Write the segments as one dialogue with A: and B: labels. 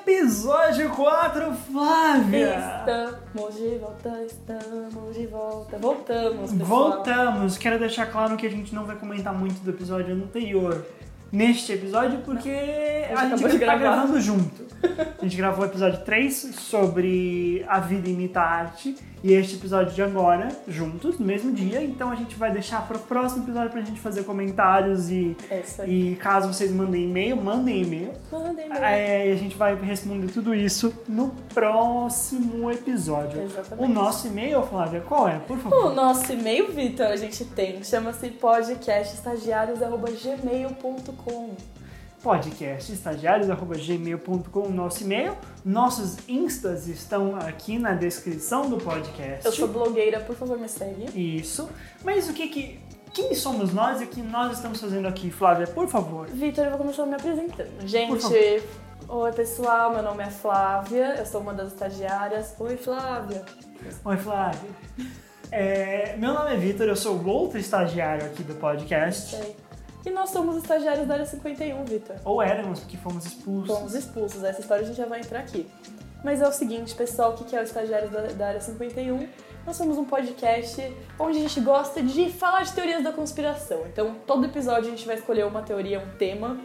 A: Episódio 4, Flávia!
B: Estamos de volta, estamos de volta. Voltamos, pessoal.
A: Voltamos. Quero deixar claro que a gente não vai comentar muito do episódio anterior neste episódio, porque a gente
B: acabou
A: tá
B: de gravar.
A: gravando junto. A gente gravou o episódio 3 sobre a vida imita a arte e este episódio de agora, juntos, no mesmo dia. Então a gente vai deixar para o próximo episódio pra gente fazer comentários e,
B: É isso aí.
A: e caso vocês mandem e-mail, mandem e-mail.
B: Mandem bem.
A: É, e a gente vai responder tudo isso no próximo episódio.
B: Exatamente. Hum.
A: O nosso e-mail, Flávia, qual é? Por
B: O
A: favor.
B: nosso e-mail, Vitor, a gente tem. Chama-se podcastestagiários.gmail.com.
A: podcastestagiários.gmail.com, nosso e-mail. Nossos instas estão aqui na descrição do podcast.
B: Eu sou blogueira, por favor, me segue.
A: Isso. Mas o que que... Quem somos nós e o que nós estamos fazendo aqui, Flávia? Por favor.
B: Vitor, eu vou começar me apresentando.
A: Por
B: Gente, oi pessoal, meu nome é Flávia, eu sou uma das estagiárias. Oi, Flávia.
A: Oi, Flávia. É, meu nome é Vitor, eu sou o outro estagiário aqui do podcast.
B: Sei. E nós somos estagiários da área 51, Vitor.
A: Ou éramos, porque fomos expulsos.
B: Fomos expulsos, essa história a gente já vai entrar aqui. Mas é o seguinte, pessoal, o que que é o Estagiário da, da Área 51? Nós somos um podcast onde a gente gosta de falar de teorias da conspiração. Então, todo episódio a gente vai escolher uma teoria, um tema.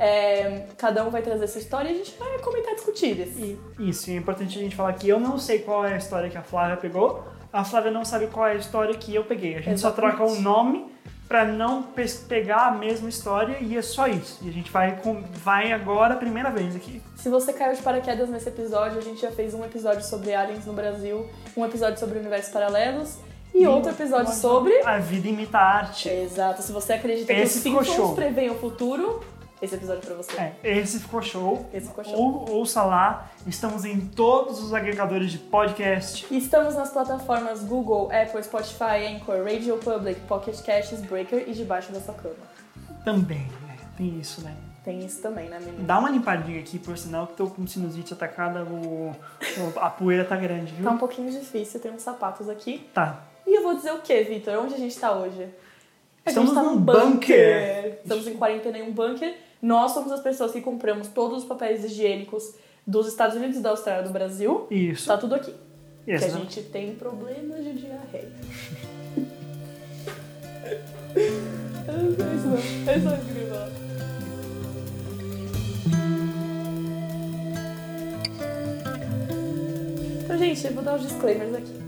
B: É, cada um vai trazer essa história e a gente vai comentar, discutir isso.
A: E isso, e é importante a gente falar que eu não sei qual é a história que a Flávia pegou, a Flávia não sabe qual é a história que eu peguei. A gente só
B: Exatamente.
A: troca o nome pra não pes- pegar a mesma história e é só isso. E a gente vai, com, vai agora, a primeira vez aqui.
B: Se você caiu de paraquedas nesse episódio, a gente já fez um episódio sobre aliens no Brasil, um episódio sobre universos paralelos e outro episódio sobre
A: A vida imita a arte.
B: Exato, se você acredita que os
A: Esse ficou
B: Simpsons
A: show.
B: preveem o futuro, esse episódio é pra você.
A: É, esse ficou show.
B: Esse ficou show.
A: Ou, ouça lá, estamos em todos os agregadores de podcast.
B: E Estamos nas plataformas Google, Apple, Spotify, Anchor, Radio Public, Pocket Casts, Breaker e debaixo da sua cama.
A: Também, né? Tem isso, né?
B: Tem isso também, né, menina?
A: Dá uma limpadinha aqui, por sinal, que tô com sinusite atacada, o, o- a poeira tá grande, viu?
B: Tá um pouquinho difícil, tem uns sapatos aqui.
A: Tá,
B: E eu vou dizer o que, Vitor? Onde a gente tá hoje? A
A: Estamos
B: gente tá
A: num bunker.
B: Estamos em quarentena em um bunker. Nós somos as pessoas que compramos todos os papéis higiênicos dos Estados Unidos, da Austrália, do Brasil.
A: Isso.
B: Tá tudo aqui.
A: Isso.
B: Que a gente tem problemas de diarreia. Eu não sei isso não. É só incrível. Então, gente, eu vou dar os disclaimers aqui.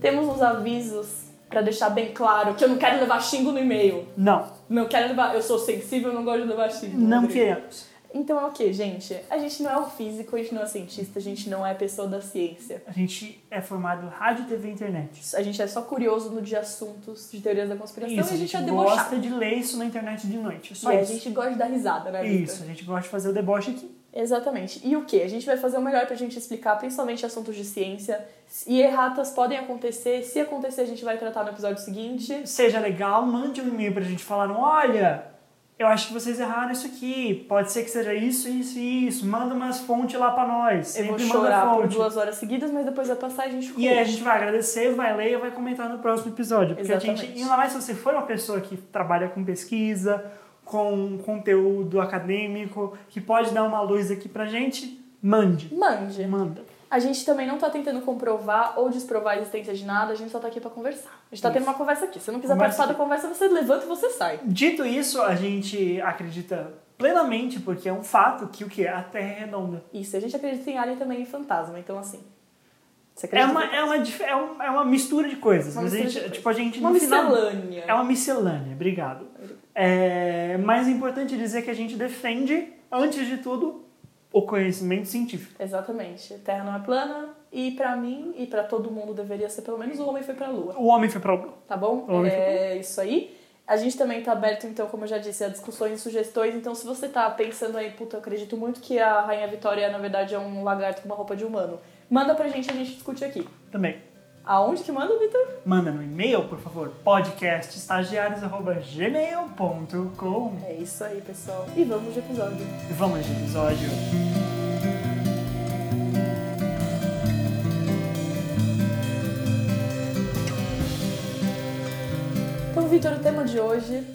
B: Temos uns avisos pra deixar bem claro que eu não quero levar xingo no e-mail.
A: Não,
B: Não quero levar. Eu sou sensível, não gosto de levar xingo.
A: não
B: Rodrigo.
A: queremos.
B: Então é o que, gente? A gente não é um físico, a gente não é cientista, a gente não é pessoa da ciência.
A: A gente é formado rádio, TV e internet.
B: A gente é só curioso no de assuntos de teorias da conspiração
A: Isso,
B: e
A: a gente
B: é debochado.
A: gosta de ler isso na internet de noite. Só
B: e a
A: isso.
B: gente gosta de dar risada, né, Vitor?
A: Isso, a gente gosta de fazer o deboche aqui.
B: Exatamente. E o que? A gente vai fazer o melhor pra gente explicar, principalmente assuntos de ciência. E erratas podem acontecer. Se acontecer, a gente vai tratar no episódio seguinte.
A: Seja legal, mande um e-mail pra gente falando: olha, eu acho que vocês erraram isso aqui. Pode ser que seja isso, isso e isso. Manda umas fontes lá pra nós.
B: Eu vou
A: Sempre manda
B: chorar por
A: fonte.
B: duas horas seguidas, mas depois vai passar e a gente
A: E é- aí a gente vai agradecer, vai ler e vai comentar no próximo episódio. Porque a gente,
B: Exatamente.
A: e ainda mais se você for uma pessoa que trabalha com pesquisa, com conteúdo acadêmico, que pode dar uma luz aqui pra gente, mande.
B: Mande.
A: Manda.
B: A gente também não tá tentando comprovar ou desprovar a existência de nada, a gente só tá aqui pra conversar. A gente tá tendo uma conversa aqui. Se não quiser
A: Conversa
B: participar da conversa, você levanta e você sai.
A: Dito isso, a gente acredita plenamente, porque é um fato, que o que? A Terra é redonda.
B: Isso, a gente acredita em alien também e fantasma, então assim.
A: É
B: Você acredita
A: uma, é, uma, dif- é, um- é uma mistura de coisas.
B: Uma
A: mas a
B: mistura
A: gente,
B: de
A: tipo, a gente
B: Uma
A: no final-
B: miscelânea.
A: É uma miscelânea, obrigado. É, mas é importante dizer que a gente defende, antes de tudo, o conhecimento científico.
B: Exatamente. Terra não é plana e pra mim e pra todo mundo deveria ser pelo menos o homem foi pra lua,
A: O homem foi pra lua.
B: tá bom?
A: O homem foi pra
B: É isso aí. A gente também tá aberto, então, como eu já disse, a discussões e sugestões. Então, se você tá pensando aí, puta, eu acredito muito que a Rainha Vitória, na verdade, é um lagarto com uma roupa de humano, manda pra gente, a gente discute aqui.
A: Também.
B: Aonde que manda, Vitor?
A: Manda no e-mail, por favor, podcastestagiários.gmail.com
B: É isso aí, pessoal. E vamos de episódio.
A: E Vamos de episódio.
B: Então, Vitor, o tema de hoje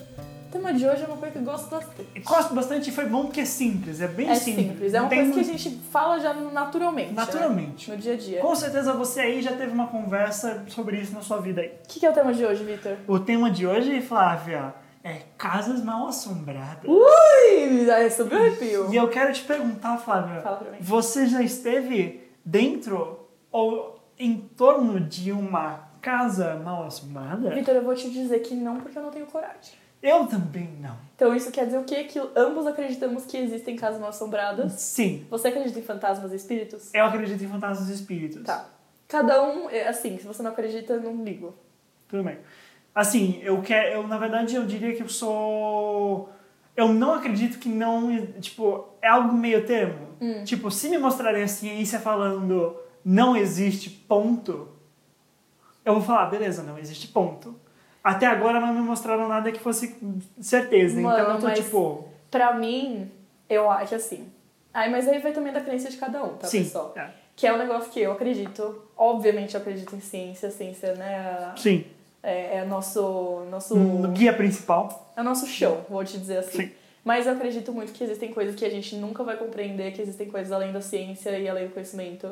B: tema de hoje é uma coisa que eu gosto bastante.
A: E Gosto bastante e foi bom porque é simples, é bem
B: é
A: simples.
B: simples, é
A: Não
B: uma
A: tem
B: coisa que a
A: muito-
B: gente fala já naturalmente. né?
A: Naturalmente.
B: No dia a dia.
A: Com certeza você aí já teve uma conversa sobre isso na sua vida aí.
B: O que, que é o tema de hoje, Vitor?
A: O tema de hoje, Flávia, é casas mal assombradas.
B: Ui! É sobre o arrepio.
A: E eu quero te perguntar, Flávia,
B: Fala pra mim.
A: você já esteve dentro ou em torno de uma casa mal assombrada?
B: Vitor, eu vou te dizer que não, porque eu não tenho coragem.
A: Eu também não.
B: Então isso quer dizer o quê? Que ambos acreditamos que existem casas mal assombradas.
A: Sim,
B: Você acredita em fantasmas e espíritos?
A: eu acredito em fantasmas e espíritos.
B: Tá. Cada um, é assim, se você não acredita, não ligo.
A: Tudo bem. Assim, eu quero. Eu, na verdade, eu diria que eu sou. Eu não acredito que não. Tipo, é algo meio termo.
B: Hum.
A: Tipo, se me mostrarem a ciência falando não existe ponto, eu vou falar, beleza, não existe ponto. Até agora não me mostraram nada que fosse certeza. então
B: Mano,
A: eu tô
B: mas-
A: tipo.
B: Pra mim, eu acho assim. Ai, mas aí vai também da crença de cada um, tá,
A: sim.
B: pessoal?
A: é,
B: Que é um negócio que eu acredito. Obviamente eu acredito em ciência, ciência, né?
A: Sim.
B: É, é nosso, nosso,
A: No guia principal.
B: é nosso chão, vou te dizer assim.
A: Sim.
B: Mas eu acredito muito que existem coisas que a gente nunca vai compreender, que existem coisas além da ciência e além do conhecimento.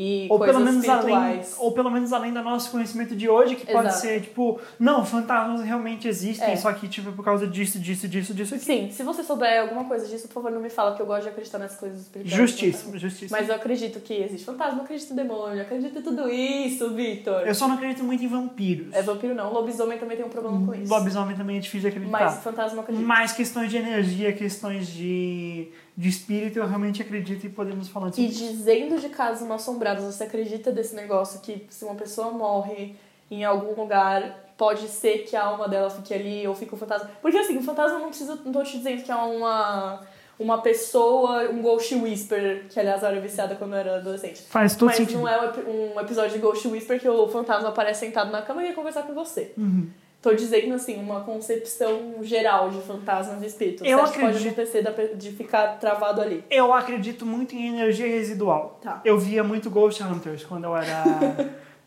B: E
A: Ou
B: coisas
A: pelo, menos além,
B: espirituais.
A: ou pelo menos além do nosso conhecimento de hoje, que pode
B: Exato.
A: ser tipo, não, fantasmas realmente existem,
B: É.
A: só que tipo por causa disso, disso, disso, disso aqui.
B: Sim, se você souber alguma coisa disso, por favor, não me fala, que eu gosto de acreditar nas coisas espirituais.
A: Justíssimo, justíssimo.
B: Então, Mas eu acredito que existe fantasma, eu acredito em demônio, eu acredito em tudo isso, Vitor.
A: Eu só não acredito muito em vampiros.
B: É vampiro não, lobisomem também tem um problema com isso.
A: Lobisomem também é difícil de
B: Mas
A: acreditar.
B: fantasma eu
A: Mas,
B: acredito.
A: questões de energia, questões de, de espírito, eu realmente acredito e podemos falar disso.
B: E dizendo de casos mal assombrados, você acredita desse negócio que se uma pessoa morre em algum lugar, pode ser que a alma dela fique ali ou fique um fantasma? Porque assim, o fantasma não precisa, não tô te dizendo que é uma, uma pessoa, um ghost whisper, que aliás eu era viciada quando eu era adolescente.
A: Faz todo
B: Mas
A: sentido.
B: não é um epi- um episódio de Ghost Whisper que o fantasma aparece sentado na cama e quer conversar com você.
A: Uhum.
B: Tô dizendo, assim, uma concepção geral de fantasmas e espíritos.
A: Eu
B: Você acha que pode
A: acredito.
B: acontecer da pe- de ficar travado ali.
A: Eu acredito muito em energia residual.
B: Tá.
A: Eu via muito Ghost Hunters quando eu era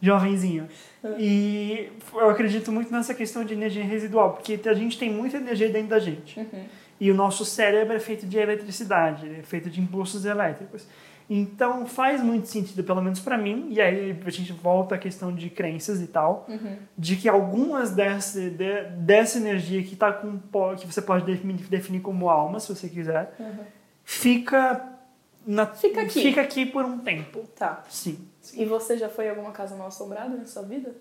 A: jovenzinho.
B: É.
A: E eu acredito muito nessa questão de energia residual, porque a gente tem muita energia dentro da gente. E o nosso cérebro é feito de eletricidade, ele é feito de impulsos elétricos. Então faz muito sentido, pelo menos pra mim, e aí a gente volta à questão de crenças e tal, de que algumas dessa, de- dessa energia que tá com po- que você pode definir, definir como alma, se você quiser, fica na,
B: Fica aqui.
A: fica aqui por um tempo.
B: Tá.
A: Sim.
B: E você já foi em alguma casa mal assombrada na sua vida?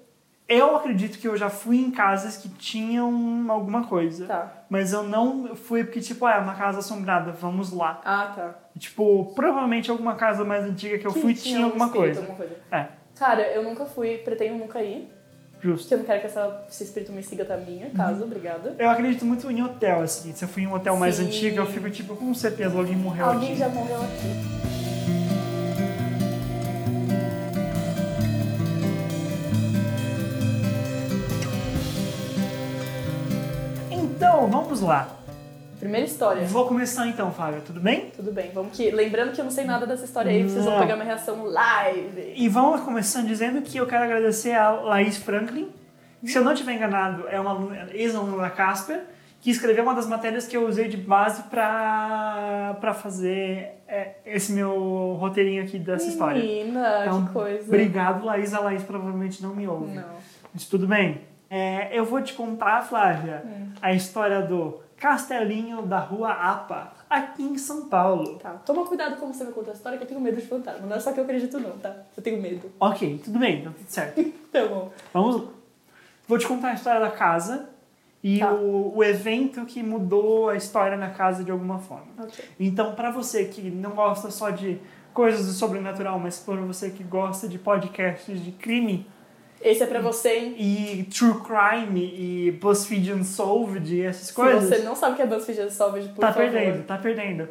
A: Eu acredito que eu já fui em casas que tinham alguma coisa.
B: Tá.
A: Mas eu não fui porque, tipo, ah, é uma casa assombrada, vamos lá.
B: Ah, tá.
A: Tipo, provavelmente alguma casa mais antiga que eu
B: Que um
A: fui tinha,
B: algum
A: alguma
B: espírito,
A: coisa.
B: alguma coisa.
A: É,
B: Cara, eu nunca fui, pretendo nunca ir.
A: justo.
B: Porque eu não quero que essa- esse espírito me siga da
A: Uhum.
B: minha casa, obrigada.
A: Eu acredito muito em hotel, assim. Se eu fui em um hotel mais
B: Sim.
A: antigo, eu fico, tipo, com certeza alguém morreu
B: Alguém
A: aqui.
B: já morreu aqui.
A: Então, vamos lá.
B: Primeira história.
A: Vou começar então, Fábio, tudo bem?
B: Tudo bem, vamos que. Lembrando que eu não sei nada dessa história aí, vocês vão
A: Não.
B: pegar minha reação live.
A: E vamos começando dizendo que eu quero agradecer a Laís Franklin, que, se eu não estiver enganado, é uma aluna- ex-aluna da Casper, que escreveu uma das matérias que eu usei de base pra pra fazer é, esse meu roteirinho aqui dessa história.
B: Menina,
A: Então,
B: que coisa.
A: Obrigado, Laís. A Laís provavelmente não me ouve.
B: Não.
A: Mas tudo bem. É, eu vou te contar, Flávia,
B: Hum.
A: a história do Castelinho da Rua Apa, aqui em São Paulo.
B: Tá. Toma cuidado como você me conta a história, que eu tenho medo de fantasma. Não é só que eu acredito, não, tá? Eu tenho medo.
A: Ok, tudo bem, tá tudo certo.
B: Tá bom.
A: Vamos lá. Vou te contar a história da casa e
B: Tá.
A: o, o evento que mudou a história na casa de alguma forma.
B: Ok.
A: Então, pra você que não gosta só de coisas do sobrenatural, mas para você que gosta de podcasts de crime
B: Esse é pra você, hein?
A: e true crime e BuzzFeed Unsolved e essas
B: Se
A: coisas,
B: você não sabe o que é BuzzFeed Unsolved, por
A: tá
B: favor.
A: perdendo, tá perdendo.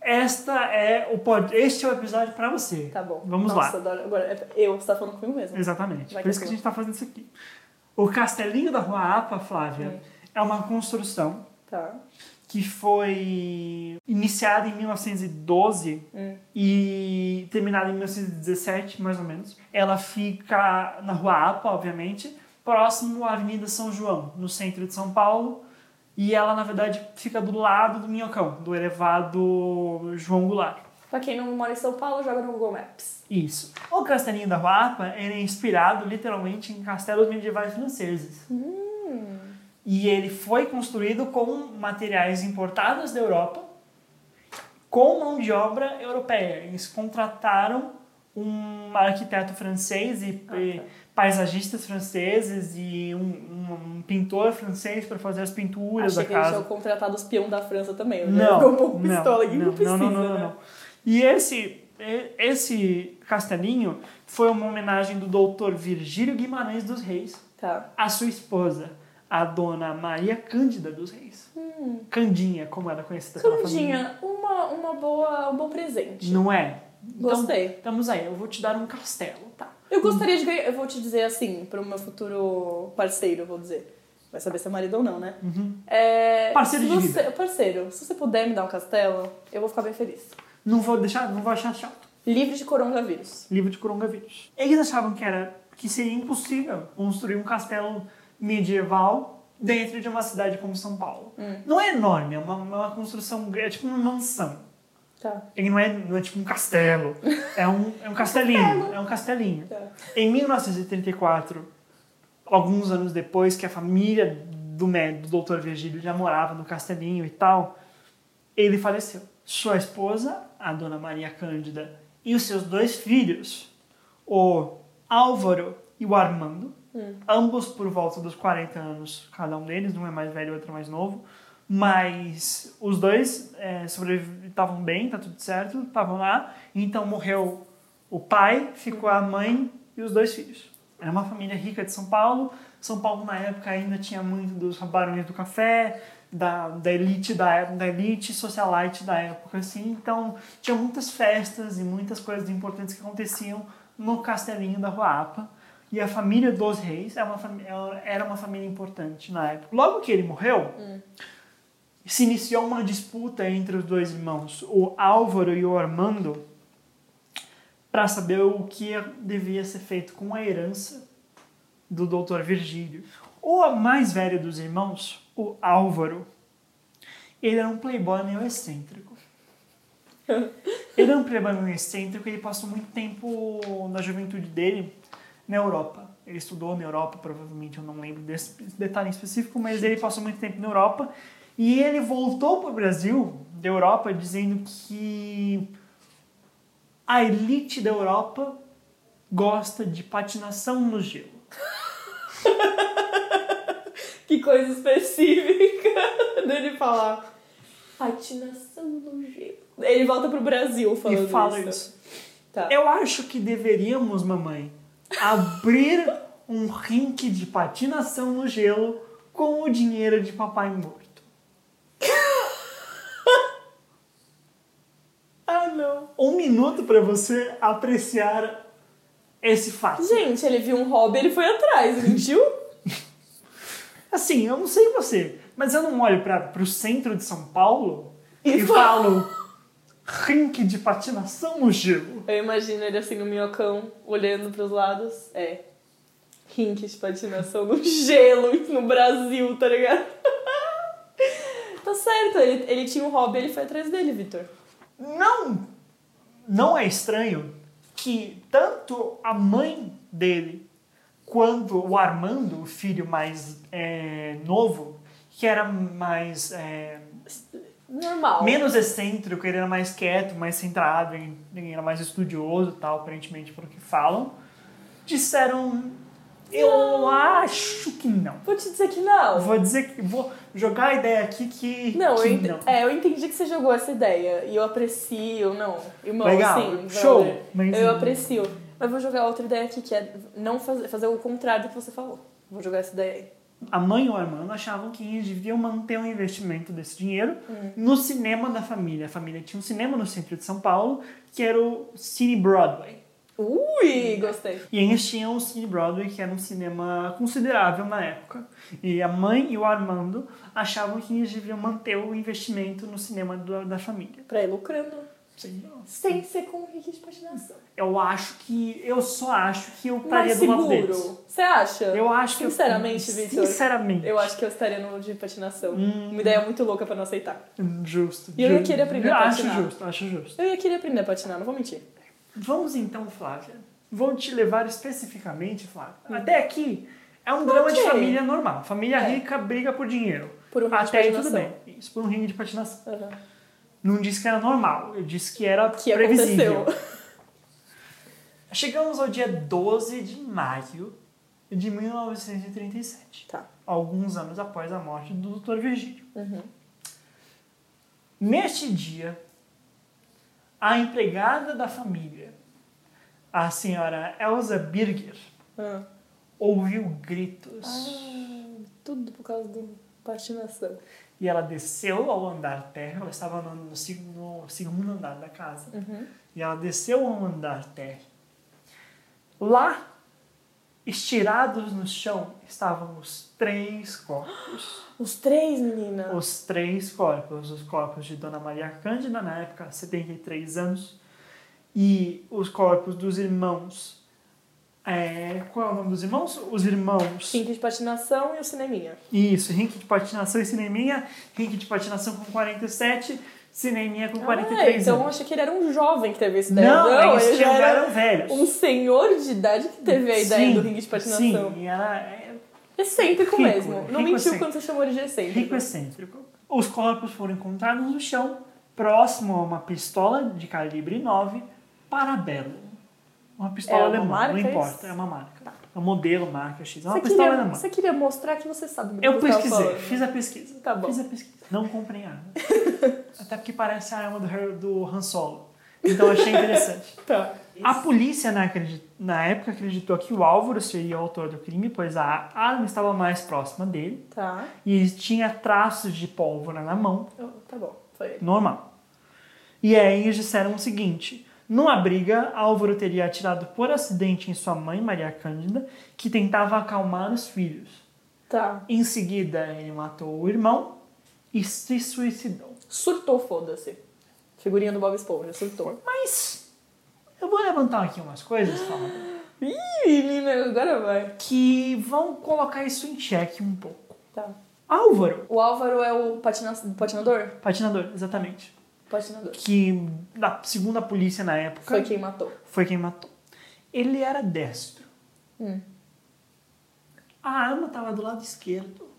A: Esta é o pod... Este é o episódio pra você.
B: Tá bom.
A: Vamos lá.
B: Nossa, Adoro. Agora, é- eu, você tá falando comigo mesmo.
A: Exatamente.
B: Vai
A: Por
B: que
A: isso que a
B: boa.
A: gente tá fazendo isso aqui. O Castelinho da Rua Apa, Flávia, é uma construção
B: Tá.
A: que foi iniciada em 1912
B: Hum.
A: e terminada em 1917, mais ou menos. Ela fica na Rua Apa, obviamente, próximo à Avenida São João, no centro de São Paulo. E ela, na verdade, fica do lado do Minhocão, do elevado João Goulart.
B: Pra quem não mora em São Paulo, joga no Google Maps.
A: Isso. O Castelinho da Guapa ele é inspirado literalmente em castelos medievais franceses.
B: Hum.
A: E ele foi construído com materiais importados da Europa, com mão de obra europeia. Eles contrataram um arquiteto francês e,
B: Ah,
A: e
B: tá.
A: paisagistas franceses e um, um- um pintor francês para fazer as pinturas
B: Achei
A: da
B: que eles
A: casa.
B: tinham contratado os peão da França também. Eu já
A: Não,
B: ficou um pouco
A: não,
B: pistola aqui, não,
A: não,
B: precisa,
A: não, não, não,
B: né?
A: não. E esse, e- esse castelinho foi uma homenagem do doutor Virgílio Guimarães dos Reis
B: Tá.
A: à sua esposa, a dona Maria Cândida dos Reis. Candinha, como era conhecida pela família.
B: Hum. Candinha, uma, uma boa, um bom presente.
A: tá Não é?
B: Gostei.
A: Estamos aí, eu vou te dar um castelo, tá?
B: Eu gostaria de ganhar, eu vou te dizer assim, pro meu futuro parceiro, vou dizer. Vai saber se é marido ou não, né? É,
A: Uhum. Parceiro
B: se
A: de
B: você, Parceiro, se você puder me dar um castelo, eu vou ficar bem feliz.
A: Não vou deixar, não vou achar chato.
B: Livre de coronavírus.
A: livro de coronavírus. Eles achavam que era que seria impossível construir um castelo medieval dentro de uma cidade como São Paulo. Não é enorme, é uma, uma construção grande, é tipo uma mansão.
B: Tá.
A: Ele não é, não é tipo um castelo, é um, é um castelinho, é um castelinho.
B: tá.
A: Em 1934, alguns anos depois que a família do médico, do Dr. Virgílio, já morava no castelinho e tal, ele faleceu. Sua esposa, a dona Maria Cândida, e os seus dois filhos, o Álvaro e o Armando, ambos por volta dos 40 anos, cada um deles, um é mais velho e o outro é mais novo, mas os dois é, sobrevi- estavam bem, tá tudo certo, estavam lá, então morreu o pai, ficou a mãe e os dois filhos. Era uma família rica de São Paulo. São Paulo na época ainda tinha muito dos barões do café, da, da elite da época, da elite socialite da época, assim. Então tinha muitas festas e muitas coisas importantes que aconteciam no castelinho da Ruapa. E a família dos reis era uma, fami- era uma família importante na época. Logo que ele morreu, se iniciou uma disputa entre os dois irmãos, o Álvaro e o Armando, para saber o que devia ser feito com a herança do Dr. Virgílio. O mais velho dos irmãos, o Álvaro, ele era um playboy meio excêntrico. Ele era um playboy meio excêntrico, ele passou muito tempo na juventude dele na Europa. Ele estudou na Europa, provavelmente, eu não lembro desse detalhe em específico, mas ele passou muito tempo na Europa e ele voltou para o Brasil, da Europa, dizendo que a elite da Europa gosta de patinação no gelo.
B: Que coisa específica dele falar. Patinação no gelo. Ele volta pro Brasil falando
A: e fala isso.
B: Tá.
A: Eu acho que deveríamos, mamãe, abrir um rink de patinação no gelo com o dinheiro de papai morto.
B: Ah, não.
A: Um minuto para você apreciar esse fato.
B: Gente, ele viu um hobby, ele foi atrás, ele mentiu?
A: Assim, eu não sei você, mas eu não olho para o centro de São Paulo
B: E
A: e, falo rink de patinação no gelo.
B: Eu imagino ele assim no minhocão, olhando pros lados. É. Rink de patinação no gelo no Brasil, tá ligado? tá certo, ele, ele tinha um hobby, ele foi atrás dele, Vitor.
A: Não, não é estranho que tanto a mãe dele quanto o Armando, o filho mais é, novo, que era mais é,
B: Normal.
A: menos excêntrico, ele era mais quieto, mais centrado, ele ele era mais estudioso, e tal, aparentemente pelo que falam, disseram eu acho que não.
B: Vou te dizer que não.
A: Vou dizer que vou jogar a ideia aqui que
B: Não,
A: que
B: eu ent-
A: não.
B: É, eu entendi que você jogou essa ideia. E eu aprecio, não. Irmão,
A: Legal,
B: sim.
A: show,
B: brother,
A: mas-
B: Eu aprecio. Mas vou jogar outra ideia aqui, que é não faz- fazer o contrário do que você falou. Vou jogar essa ideia aí.
A: A mãe e o Armando achavam que eles deviam manter o investimento desse dinheiro
B: Hum.
A: no cinema da família. A família tinha um cinema no centro de São Paulo, que era o Cine Broadway.
B: Ui, gostei.
A: E eles tinham o Cine Broadway, que era um cinema considerável na época. E a mãe e o Armando achavam que eles deviam manter o investimento no cinema do- da família.
B: Pra ir lucrando.
A: Sim.
B: sem ser com o kit de patinação.
A: Eu acho que. Eu só acho que eu estaria
B: Mais
A: do lado deles.
B: seguro. Você acha?
A: Eu acho que. eu-
B: Sinceramente, Vitor.
A: Sinceramente.
B: Eu acho que eu estaria no de patinação.
A: Hum.
B: Uma ideia muito louca pra não aceitar.
A: Justo.
B: E eu ia
A: Ju-
B: querer aprender
A: eu
B: a
A: Acho
B: patinar.
A: justo, acho justo.
B: Eu ia querer aprender a patinar, não vou mentir.
A: Vamos então, Flávia. Vou te levar especificamente, Flávia. Até aqui é um drama de
B: Hum. Ok.
A: família normal. Família
B: É.
A: rica briga por dinheiro.
B: Por um ringue
A: Até
B: de
A: aí tudo
B: patinação.
A: bem. Isso por um ringue de patinação.
B: Aham.
A: Não disse que era normal, eu disse que era
B: Que
A: previsível.
B: aconteceu.
A: Chegamos ao dia 12 de maio de 1937,
B: Tá.
A: alguns anos após a morte do Dr. Virgílio.
B: Uhum.
A: Neste dia, a empregada da família, a senhora Elsa Birger,
B: Ah.
A: ouviu gritos
B: Ah, tudo por causa do patinação.
A: e ela desceu ao andar terra, ela estava andando no seg- no segundo andar da casa.
B: Uhum.
A: E ela desceu ao andar térreo. Lá, estirados no chão, estavam os três corpos.
B: Os três, menina.
A: Os três corpos. Os corpos de Dona Maria Cândida, na época, 73 anos. E os corpos dos irmãos. É, qual é o nome dos irmãos? Os irmãos.
B: Rinque de patinação e o cineminha.
A: Isso, rink de patinação e cineminha. Rink de patinação com 47, cineminha com 43
B: ah, então eu
A: anos.
B: achei que ele era um jovem que teve essa ideia.
A: Não, eles
B: ele já era
A: chegaram velhos.
B: um senhor de idade que teve a ideia
A: Sim,
B: do ringue de patinação.
A: Sim, ela é
B: Excêntrico
A: Rico,
B: mesmo.
A: rico
B: Não mentiu
A: excêntrico.
B: quando você chamou ele de
A: rico assim.
B: excêntrico.
A: excêntrico. Os corpos foram encontrados no chão, próximo a uma pistola de calibre 9 Parabellum. Uma pistola
B: É uma
A: alemã,
B: marca
A: não
B: isso?
A: importa, é uma marca. É um modelo, marca X, é uma
B: Você
A: pistola
B: queria,
A: alemã.
B: você queria mostrar que você sabe do que
A: Eu
B: você tava
A: pesquisei,
B: falando.
A: fiz a pesquisa.
B: Tá bom.
A: Fiz a pesquisa. Não comprei arma. Até porque parece a arma do, Har- do Han Solo. Então achei interessante.
B: Tá.
A: A polícia, na, acredi- na época, acreditou que o Álvaro seria o autor do crime, pois a arma estava mais próxima dele.
B: Tá.
A: e tinha traços de pólvora na mão,
B: Eu- tá bom. Foi ele.
A: normal. E aí eles disseram o seguinte: numa briga, Álvaro teria atirado por acidente em sua mãe, Maria Cândida, que tentava acalmar os filhos.
B: Tá.
A: Em seguida, ele matou o irmão e se suicidou.
B: Surtou, foda-se. Figurinha do Bob Esponja, surtou.
A: Mas eu vou levantar aqui umas coisas, Fábio,
B: Ih, menina, agora vai.
A: que vão colocar isso em xeque um pouco.
B: Tá.
A: Álvaro,
B: O Álvaro é o patina... patinador?
A: patinador, exatamente,
B: Patinador.
A: que da segunda polícia na época
B: Foi quem matou.
A: foi quem matou. Ele era destro.
B: Hum.
A: A arma estava do lado esquerdo.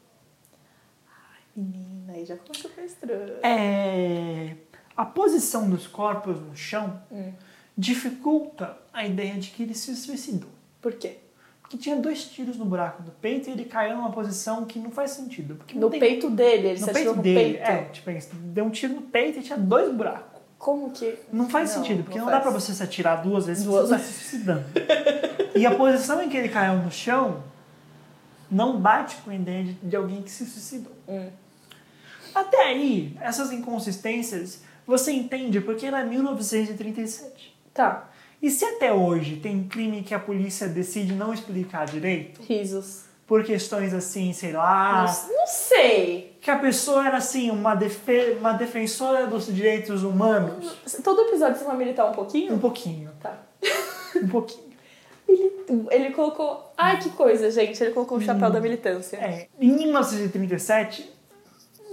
B: Menina, aí já começou a ficar estranho.
A: É... A posição dos corpos no chão
B: Hum.
A: dificulta a ideia de que ele se suicidou.
B: Por quê?
A: Porque tinha dois tiros no buraco do peito e ele caiu numa posição que não faz sentido. Porque não
B: No
A: tem-
B: peito dele, ele
A: no
B: se
A: peito
B: atirou no
A: dele.
B: peito.
A: É, tipo, ele deu um tiro no peito e tinha dois buracos.
B: Como que.
A: Não faz
B: Não,
A: sentido, porque
B: não
A: não, dá
B: faz.
A: pra você se atirar duas vezes
B: Duas
A: você tá se suicidando. e a posição em que ele caiu no chão não bate com a ideia de, de alguém que se suicidou.
B: Hum.
A: Até aí, essas inconsistências você entende porque é era 1937.
B: Tá.
A: E se até hoje tem crime que a polícia decide não explicar direito,
B: Risos.
A: por questões assim, sei lá,
B: Não, não sei.
A: que a pessoa era assim, uma, defe- uma defensora dos direitos humanos,
B: Todo episódio você vai militar um pouquinho?
A: um pouquinho,
B: Tá.
A: um pouquinho.
B: Ele, ele colocou. Ai, que coisa, gente. Ele colocou o chapéu da militância.
A: É, em 1937,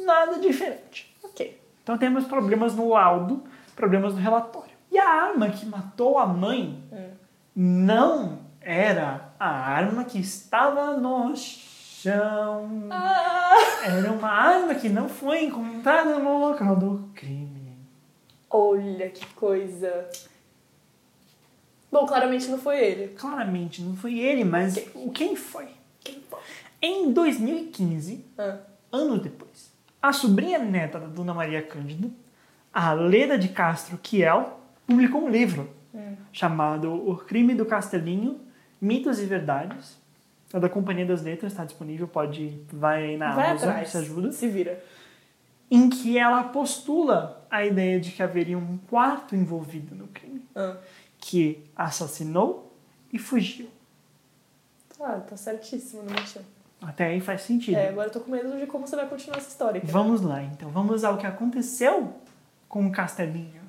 A: nada diferente.
B: Ok.
A: Então temos problemas no laudo, problemas no relatório. E a arma que matou a mãe
B: Hum.
A: não era a arma que estava no chão.
B: Ah!
A: Era uma arma que não foi encontrada no local do crime.
B: Olha que coisa. Bom, claramente não foi ele.
A: Claramente não foi ele, mas o quem foi?
B: Quem foi?
A: Em 2015,
B: Ah,
A: anos depois. A sobrinha neta da Dona Maria Cândida, a Leda de Castro Kiel, publicou um livro
B: Hum.
A: chamado O Crime do Castelinho, Mitos e Verdades. É da Companhia das Letras, está disponível, pode vai aí na
B: vai
A: Amazon,
B: atrás.
A: se ajuda.
B: Se vira.
A: Em que ela postula a ideia de que haveria um quarto envolvido no crime,
B: Ah,
A: que assassinou e fugiu.
B: tá, tá certíssimo, não mentiu.
A: Até aí faz sentido.
B: É, agora eu tô com medo de como você vai continuar essa história.
A: Vamos lá, então. Vamos ao que aconteceu com o Castelinho.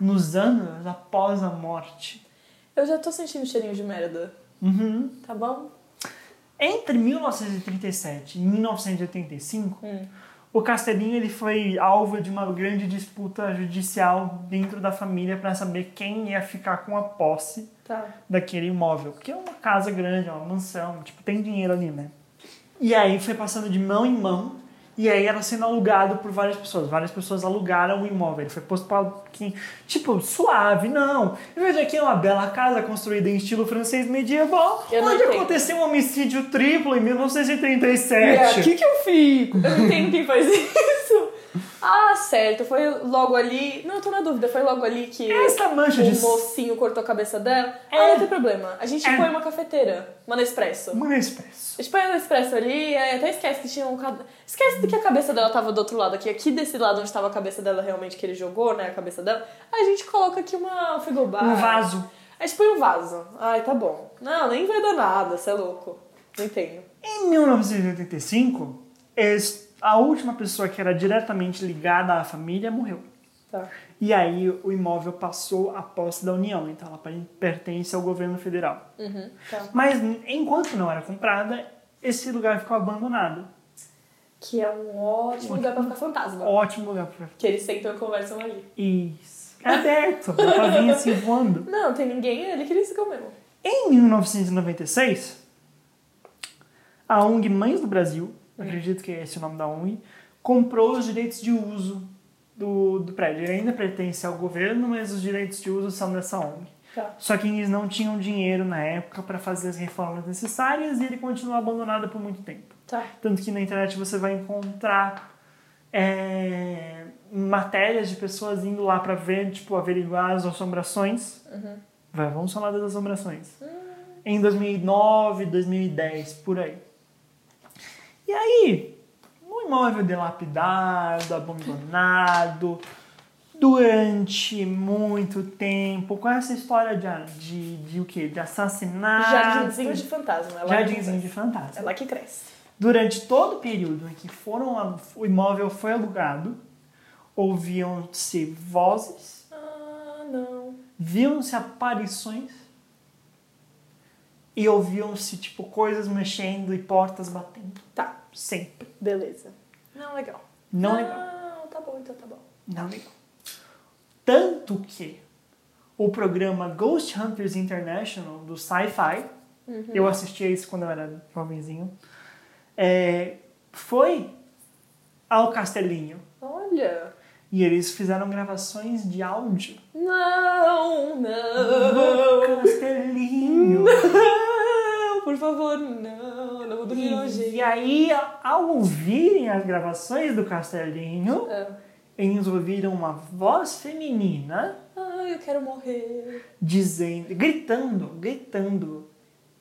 A: nos anos após a morte.
B: Eu já tô sentindo cheirinho de merda,
A: Uhum.
B: tá bom?
A: Entre 1937 e 1985,
B: Hum.
A: o Castelinho ele foi alvo de uma grande disputa judicial dentro da família para saber quem ia ficar com a posse
B: Tá.
A: daquele imóvel, que é uma casa grande, é uma mansão, tipo, tem dinheiro ali, né? E aí foi passando de mão em mão, e aí era sendo alugado por várias pessoas. Várias pessoas alugaram o imóvel, ele foi posto para quem, tipo, suave, não. Veja aqui uma bela casa construída em estilo francês medieval,
B: Eu não
A: onde
B: entendo.
A: aconteceu um homicídio triplo em
B: E
A: 1937.
B: aqui que eu fico? Eu não entendo quem faz isso. Ah, certo. Foi logo ali. Não, eu tô na dúvida. Foi logo ali que
A: Essa mancha de
B: o mocinho cortou a cabeça dela.
A: É.
B: Ah, não tem problema. A gente
A: É.
B: põe uma cafeteira, uma Nespresso.
A: uma espécie.
B: A gente põe a Nespresso ali, aí até esquece que tinha um. cad- Esquece de que a cabeça dela tava do outro lado aqui. Aqui desse lado onde tava a cabeça dela realmente que ele jogou, né? A cabeça dela. A gente coloca aqui uma frigobar.
A: Um vaso.
B: A gente põe um vaso. Ai, tá bom. Não, nem vai dar nada, você é louco. Não entendo.
A: Em 1985, es- a última pessoa que era diretamente ligada à família morreu.
B: Tá.
A: E aí o imóvel passou à posse da União, então ela pertence ao governo federal.
B: Uhum. Tá.
A: Mas enquanto não era comprada, esse lugar ficou abandonado.
B: Que é um ótimo lugar pra ficar fantasma.
A: Ótimo lugar pra...
B: Que eles sentam e conversam ali.
A: Isso. É aberto, dá pra vir assim voando.
B: Não, não tem ninguém é ali que eles ficam mesmo.
A: Em 1996, a ONG Mães do Brasil, eu acredito que é esse o nome da ONG, comprou os direitos de uso do, do prédio. Ele ainda pertence ao governo, mas os direitos de uso são dessa ONG.
B: Tá.
A: Só que eles não tinham dinheiro na época para fazer as reformas necessárias e ele continuou abandonado por muito tempo.
B: Tá.
A: Tanto que na internet você vai encontrar é, matérias de pessoas indo lá para ver, tipo, averiguar as assombrações.
B: Uhum. Hum.
A: Vai, vamos falar das assombrações. Em 2009, 2010, por aí. E aí, um imóvel delapidado, abandonado, durante muito tempo, com essa história de, a- de, de o quê? De
B: Ah,
A: assassinato.
B: Jardinzinho de fantasma. É lá
A: Jardinzinho
B: que
A: de
B: cresce. É
A: fantasma.
B: lá que cresce.
A: Durante todo o período em que foram, a- o imóvel foi alugado, ouviam-se vozes,
B: Ah, não.
A: viam-se aparições e ouviam-se, tipo, coisas mexendo e portas batendo.
B: Tá.
A: Sempre.
B: Beleza. Não, legal.
A: Não
B: ah,
A: legal.
B: tá bom, então tá bom.
A: Não legal. Tanto que o programa Ghost Hunters International, do Sci-Fi,
B: Uhum.
A: eu assistia isso quando eu era jovenzinho, é, foi ao Castelinho.
B: Olha.
A: E eles fizeram gravações de áudio.
B: Não,
A: No
B: não.
A: Castelinho.
B: Não, por favor, não. Não vou dormir hoje.
A: E aí, ao ouvirem as gravações do Castelinho,
B: Ah.
A: eles ouviram uma voz feminina
B: Ai, ah, eu quero morrer.
A: dizendo, gritando, gritando,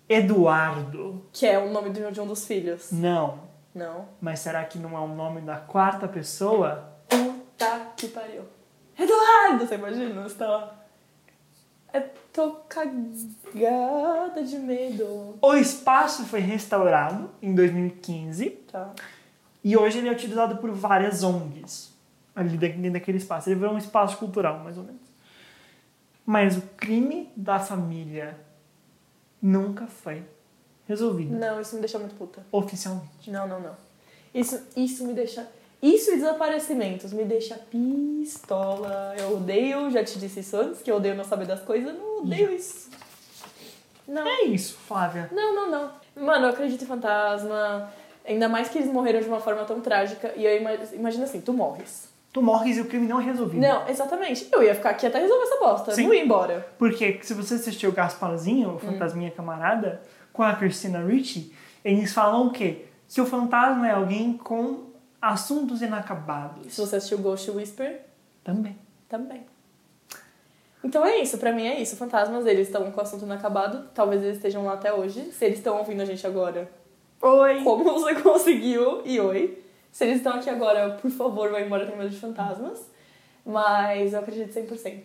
A: Eduardo.
B: Que é o nome de um- de um dos filhos.
A: Não,
B: Não.
A: mas será que não é o nome da quarta pessoa?
B: Puta que pariu. Eduardo, você imagina? Você tá lá. Eu tô cagada de medo.
A: O espaço foi restaurado em 2015
B: Tá.
A: e hoje ele é utilizado por várias ONGs ali da- dentro daquele espaço. Ele virou um espaço cultural, mais ou menos. Mas o crime da família nunca foi resolvido
B: Não, isso me deixa muito puta.
A: oficialmente.
B: Não, não, não. Isso, isso me deixa. Isso e desaparecimentos me deixa pistola. Eu odeio, já te disse isso antes, que eu odeio não saber das coisas, não odeio isso. Não,
A: É isso, Flávia.
B: não, não, não. Mano, eu acredito em fantasma. Ainda mais que eles morreram de uma forma tão trágica. E eu ima- imagino assim, tu morres.
A: Tu morres e o crime não é resolvido.
B: Não, exatamente. Eu ia ficar aqui até resolver essa bosta.
A: Sim.
B: Não ia embora.
A: Porque se você assistiu o
B: Hum.
A: Gasparzinho, o Fantasminha Camarada, com a Christina Ricci, eles falam o quê? Que o fantasma é alguém com assuntos inacabados.
B: Se você assistiu Ghost Whisper,
A: Também.
B: Também. Então é isso, pra mim é isso. Fantasmas, eles estão com o assunto inacabado. Talvez eles estejam lá até hoje. Se eles estão ouvindo a gente agora,
A: Oi!
B: como você conseguiu? E oi. Se eles estão aqui agora, por favor, vai embora, eu tenho medo de fantasmas. Mas eu acredito 100%.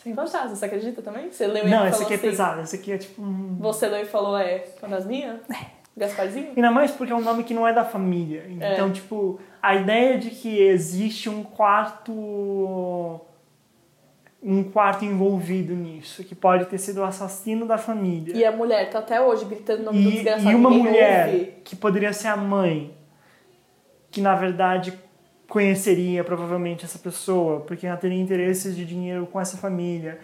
B: Sem fantasma, você acredita também? Você leu e
A: Não,
B: falou
A: esse aqui é
B: assim,
A: pesado, esse aqui é tipo um.
B: Você leu e falou, é, fantasminha?
A: É.
B: Gasparzinho?
A: Ainda mais porque é um nome que não é da família. Então, tipo, a ideia de que existe um quarto um quarto envolvido nisso, que pode ter sido o assassino da família.
B: E a mulher tá até hoje gritando o nome do
A: E,
B: desgraçado.
A: e uma
B: ninguém
A: mulher
B: ouve.
A: que poderia ser a mãe, que na verdade conheceria provavelmente essa pessoa, porque ela teria interesses de dinheiro com essa família,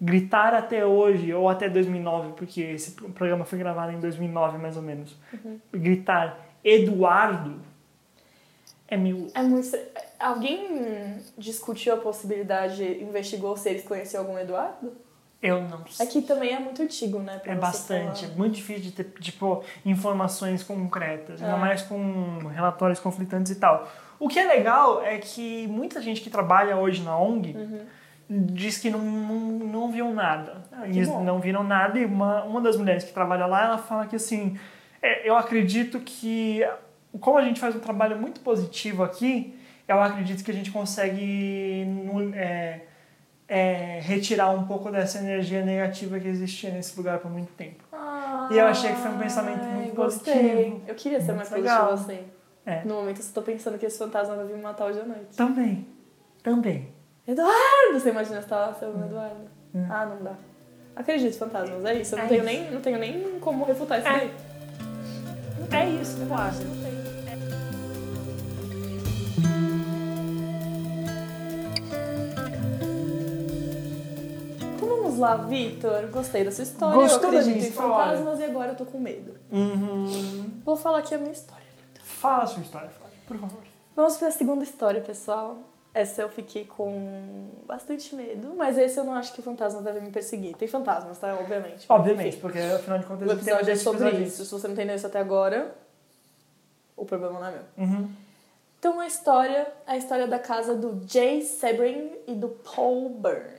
A: gritar até hoje, ou até 2009, porque esse programa foi gravado em 2009 mais ou menos,
B: Uhum.
A: gritar Eduardo é meio.
B: É muito estranho. Alguém discutiu a possibilidade, investigou se eles conheciam algum Eduardo?
A: Eu não sei.
B: Aqui também é muito antigo, né? pra
A: É
B: você
A: bastante, é
B: falar.
A: muito difícil de ter, tipo, informações concretas, ainda
B: É.
A: mais com relatórios conflitantes e tal. O que é legal é que muita gente que trabalha hoje na ONG
B: Uhum.
A: diz que não, não, não viu nada.
B: que
A: Eles
B: bom.
A: não viram nada e uma, uma das mulheres que trabalha lá, ela fala que assim, é, eu acredito que, como a gente faz um trabalho muito positivo aqui, eu acredito que a gente consegue... nu- é, é, retirar um pouco dessa energia negativa que existia nesse lugar por muito tempo. E eu achei que foi um pensamento muito
B: gostei.
A: positivo.
B: Eu queria ser
A: Muito
B: mais
A: legal.
B: positiva assim.
A: É.
B: No momento eu só tô pensando que esse fantasma vai vir me matar hoje à noite.
A: Também. Também.
B: Eduardo! Você imagina se tá lá seu
A: Hum.
B: Eduardo? Ah, não dá. Acredito, fantasmas, é isso. Eu não,
A: É
B: tenho,
A: isso.
B: Nem, não tenho nem como refutar isso
A: É.
B: daí.
A: É isso, eu acho.
B: Então vamos lá, Vitor. Gostei da sua história.
A: Gostou da
B: eu acredito
A: minha
B: em
A: história?
B: fantasmas e agora eu tô com medo.
A: Uhum.
B: Vou falar aqui a minha história.
A: Fala a sua história, Flávia, por favor.
B: Vamos pra segunda história, pessoal. Essa eu fiquei com bastante medo, mas esse eu não acho que fantasmas devem me perseguir. Tem fantasmas, tá? Obviamente.
A: Obviamente,
B: Enfim,
A: porque afinal de contas
B: o
A: o tema
B: episódio é
A: desse
B: sobre
A: episódio é
B: isso. Se você não entendeu isso até agora, o problema não é meu.
A: Uhum.
B: Então a história, a história da casa do Jay Sebring e do Paul Byrne.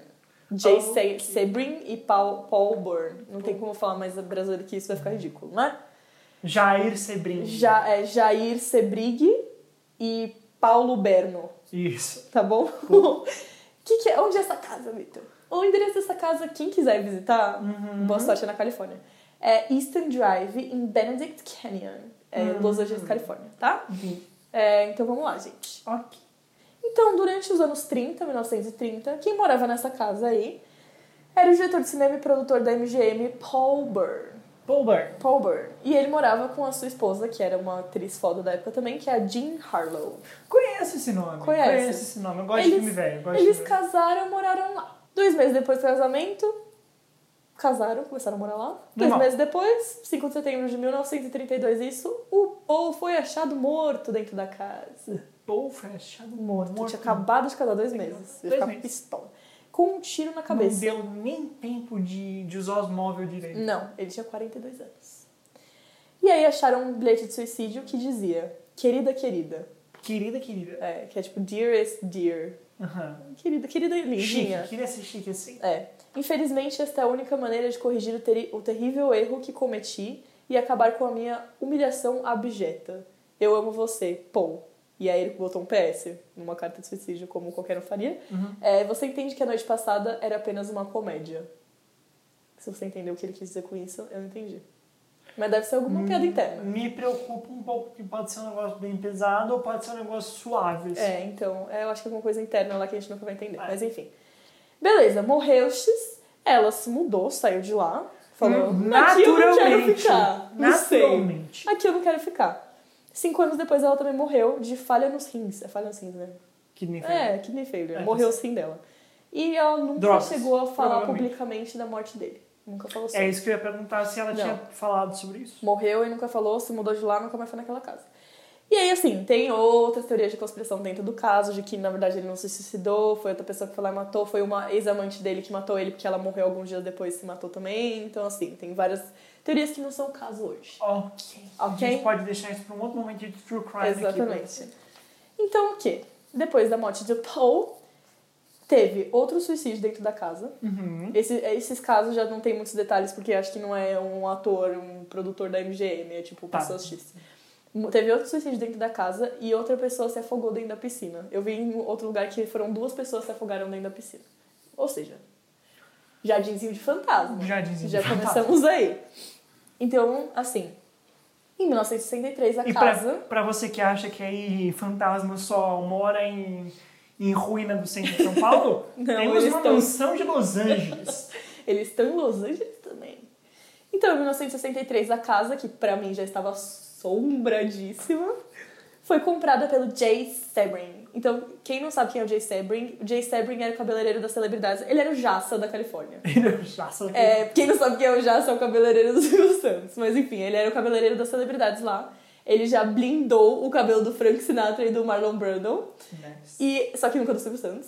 B: Jay
A: Ok.
B: Se- Sebring e Paul, Paul Byrne. Não tem como falar mais brasileiro que isso, vai ficar ridículo, né?
A: Jair Sebrinho.
B: Ja, é Jair Sebrig e Paulo Berno,
A: Isso.
B: tá bom? que que é? Onde é essa casa, Vitor? O endereço dessa casa, quem quiser visitar, boa sorte é na Califórnia. É Eastern Drive em Benedict Canyon, é, Los Angeles, Califórnia, tá? É, então vamos lá, gente.
A: Ok.
B: Então, durante os anos 30, 1930, quem morava nessa casa aí era o diretor de cinema e produtor da MGM, Paul Byrne.
A: Pulver.
B: Paul Byrne. E ele morava com a sua esposa, que era uma atriz foda da época também, que é a Jean Harlow.
A: Conheço esse nome.
B: Conhece.
A: Conheço esse nome. Eu gosto de
B: Eles-
A: filme velho. eu Gosto
B: Eles
A: de filme
B: casaram e moraram lá. Dois meses depois do casamento, casaram, começaram a morar lá. Dois
A: Normal.
B: meses depois, 5 de setembro de 1932, isso, o Paul foi achado morto dentro da casa.
A: velho. Paul fechado morto.
B: Eu tinha acabado de casar dois meses. Eu
A: Dois
B: ficava
A: meses.
B: pistola. Com um tiro na cabeça.
A: Não deu nem tempo de, de usar os móveis direito.
B: Não, ele tinha 42 anos. E aí acharam um bilhete de suicídio que dizia Querida, querida.
A: Querida, querida.
B: É, que é tipo Dearest Dear.
A: Aham.
B: Querida, querida e
A: Chique.
B: lindinha.
A: Queria ser chique assim.
B: É. Infelizmente, esta é a única maneira de corrigir o, teri- o terrível erro que cometi e acabar com a minha humilhação abjeta. Eu amo você, Paul. E aí ele botou um PS numa carta de suicídio, como qualquer um faria.
A: Uhum.
B: É, você entende que a noite passada era apenas uma comédia. Se você entendeu o que ele quis dizer com isso, eu não entendi. Mas deve ser alguma piada interna.
A: Me preocupa um pouco que pode ser um negócio bem pesado ou pode ser um negócio suave. assim.
B: É, então, é, eu acho que é alguma coisa interna lá que a gente nunca vai
A: É.
B: entender. Mas enfim. Beleza, morreu X, ela se mudou, saiu de lá, falou: Aqui eu não quero
A: Hum, Naturalmente.
B: ficar. Não sei. É.
A: Naturalmente.
B: Aqui eu não quero ficar. Cinco anos depois ela também morreu de falha nos rins. É falha nos rins, né?
A: Que nem foi.
B: É, kidney failure.
A: É,
B: Morreu sim dela. E ela nunca
A: Drogas,
B: chegou a falar
A: provavelmente.
B: publicamente da morte dele. Nunca falou
A: É
B: sobre.
A: isso que eu ia perguntar se ela
B: Não.
A: tinha falado sobre isso.
B: Morreu e nunca falou, se mudou de lá, nunca mais foi naquela casa. E aí, assim, tem outras teorias de conspiração dentro do caso, de que na verdade ele não se suicidou, foi outra pessoa que foi lá e matou, foi uma ex-amante dele que matou ele porque ela morreu alguns dias depois e se matou também. Então, assim, tem várias teorias que não são o caso hoje.
A: Ok. A
B: Ok?
A: gente pode deixar isso para um outro momento de true crime aqui.
B: Exatamente. Então, o que? Depois da morte do Paul, teve outro suicídio dentro da casa.
A: Uhum.
B: Esse- esses casos já não tem muitos detalhes, porque acho que não é um ator, um produtor da MGM, é tipo
A: Tá.
B: pessoas X. Mu- Teve outro suicídio dentro da casa e outra pessoa se afogou dentro da piscina. Eu vi em outro lugar que foram duas pessoas se afogaram dentro da piscina. Ou seja, jardinzinho de fantasma.
A: Jardinzinho
B: Já
A: de fantasma.
B: começamos aí. Então, assim, em 1963 a
A: E
B: casa...
A: para você que acha que aí fantasma só mora em, em ruína do centro de São Paulo,
B: Não,
A: temos
B: eles
A: uma
B: estão-
A: mansão de Los Angeles.
B: Eles estão em Los Angeles também. Então, em 1963, a casa, que pra mim já estava assombradíssima, foi comprada pelo Jay Sebring. Então, quem não sabe quem é o Jay Sebring, o Jay Sebring era o cabeleireiro das celebridades. Ele era o Jassa da Califórnia.
A: Ele é um chaça.
B: É, quem não sabe quem é o Jassa é o cabeleireiro do Silvio Santos. Mas enfim, ele era o cabeleireiro das celebridades lá. Ele já blindou o cabelo do Frank Sinatra e do Marlon Brando.
A: Né?
B: E, só que nunca do Silvio Santos.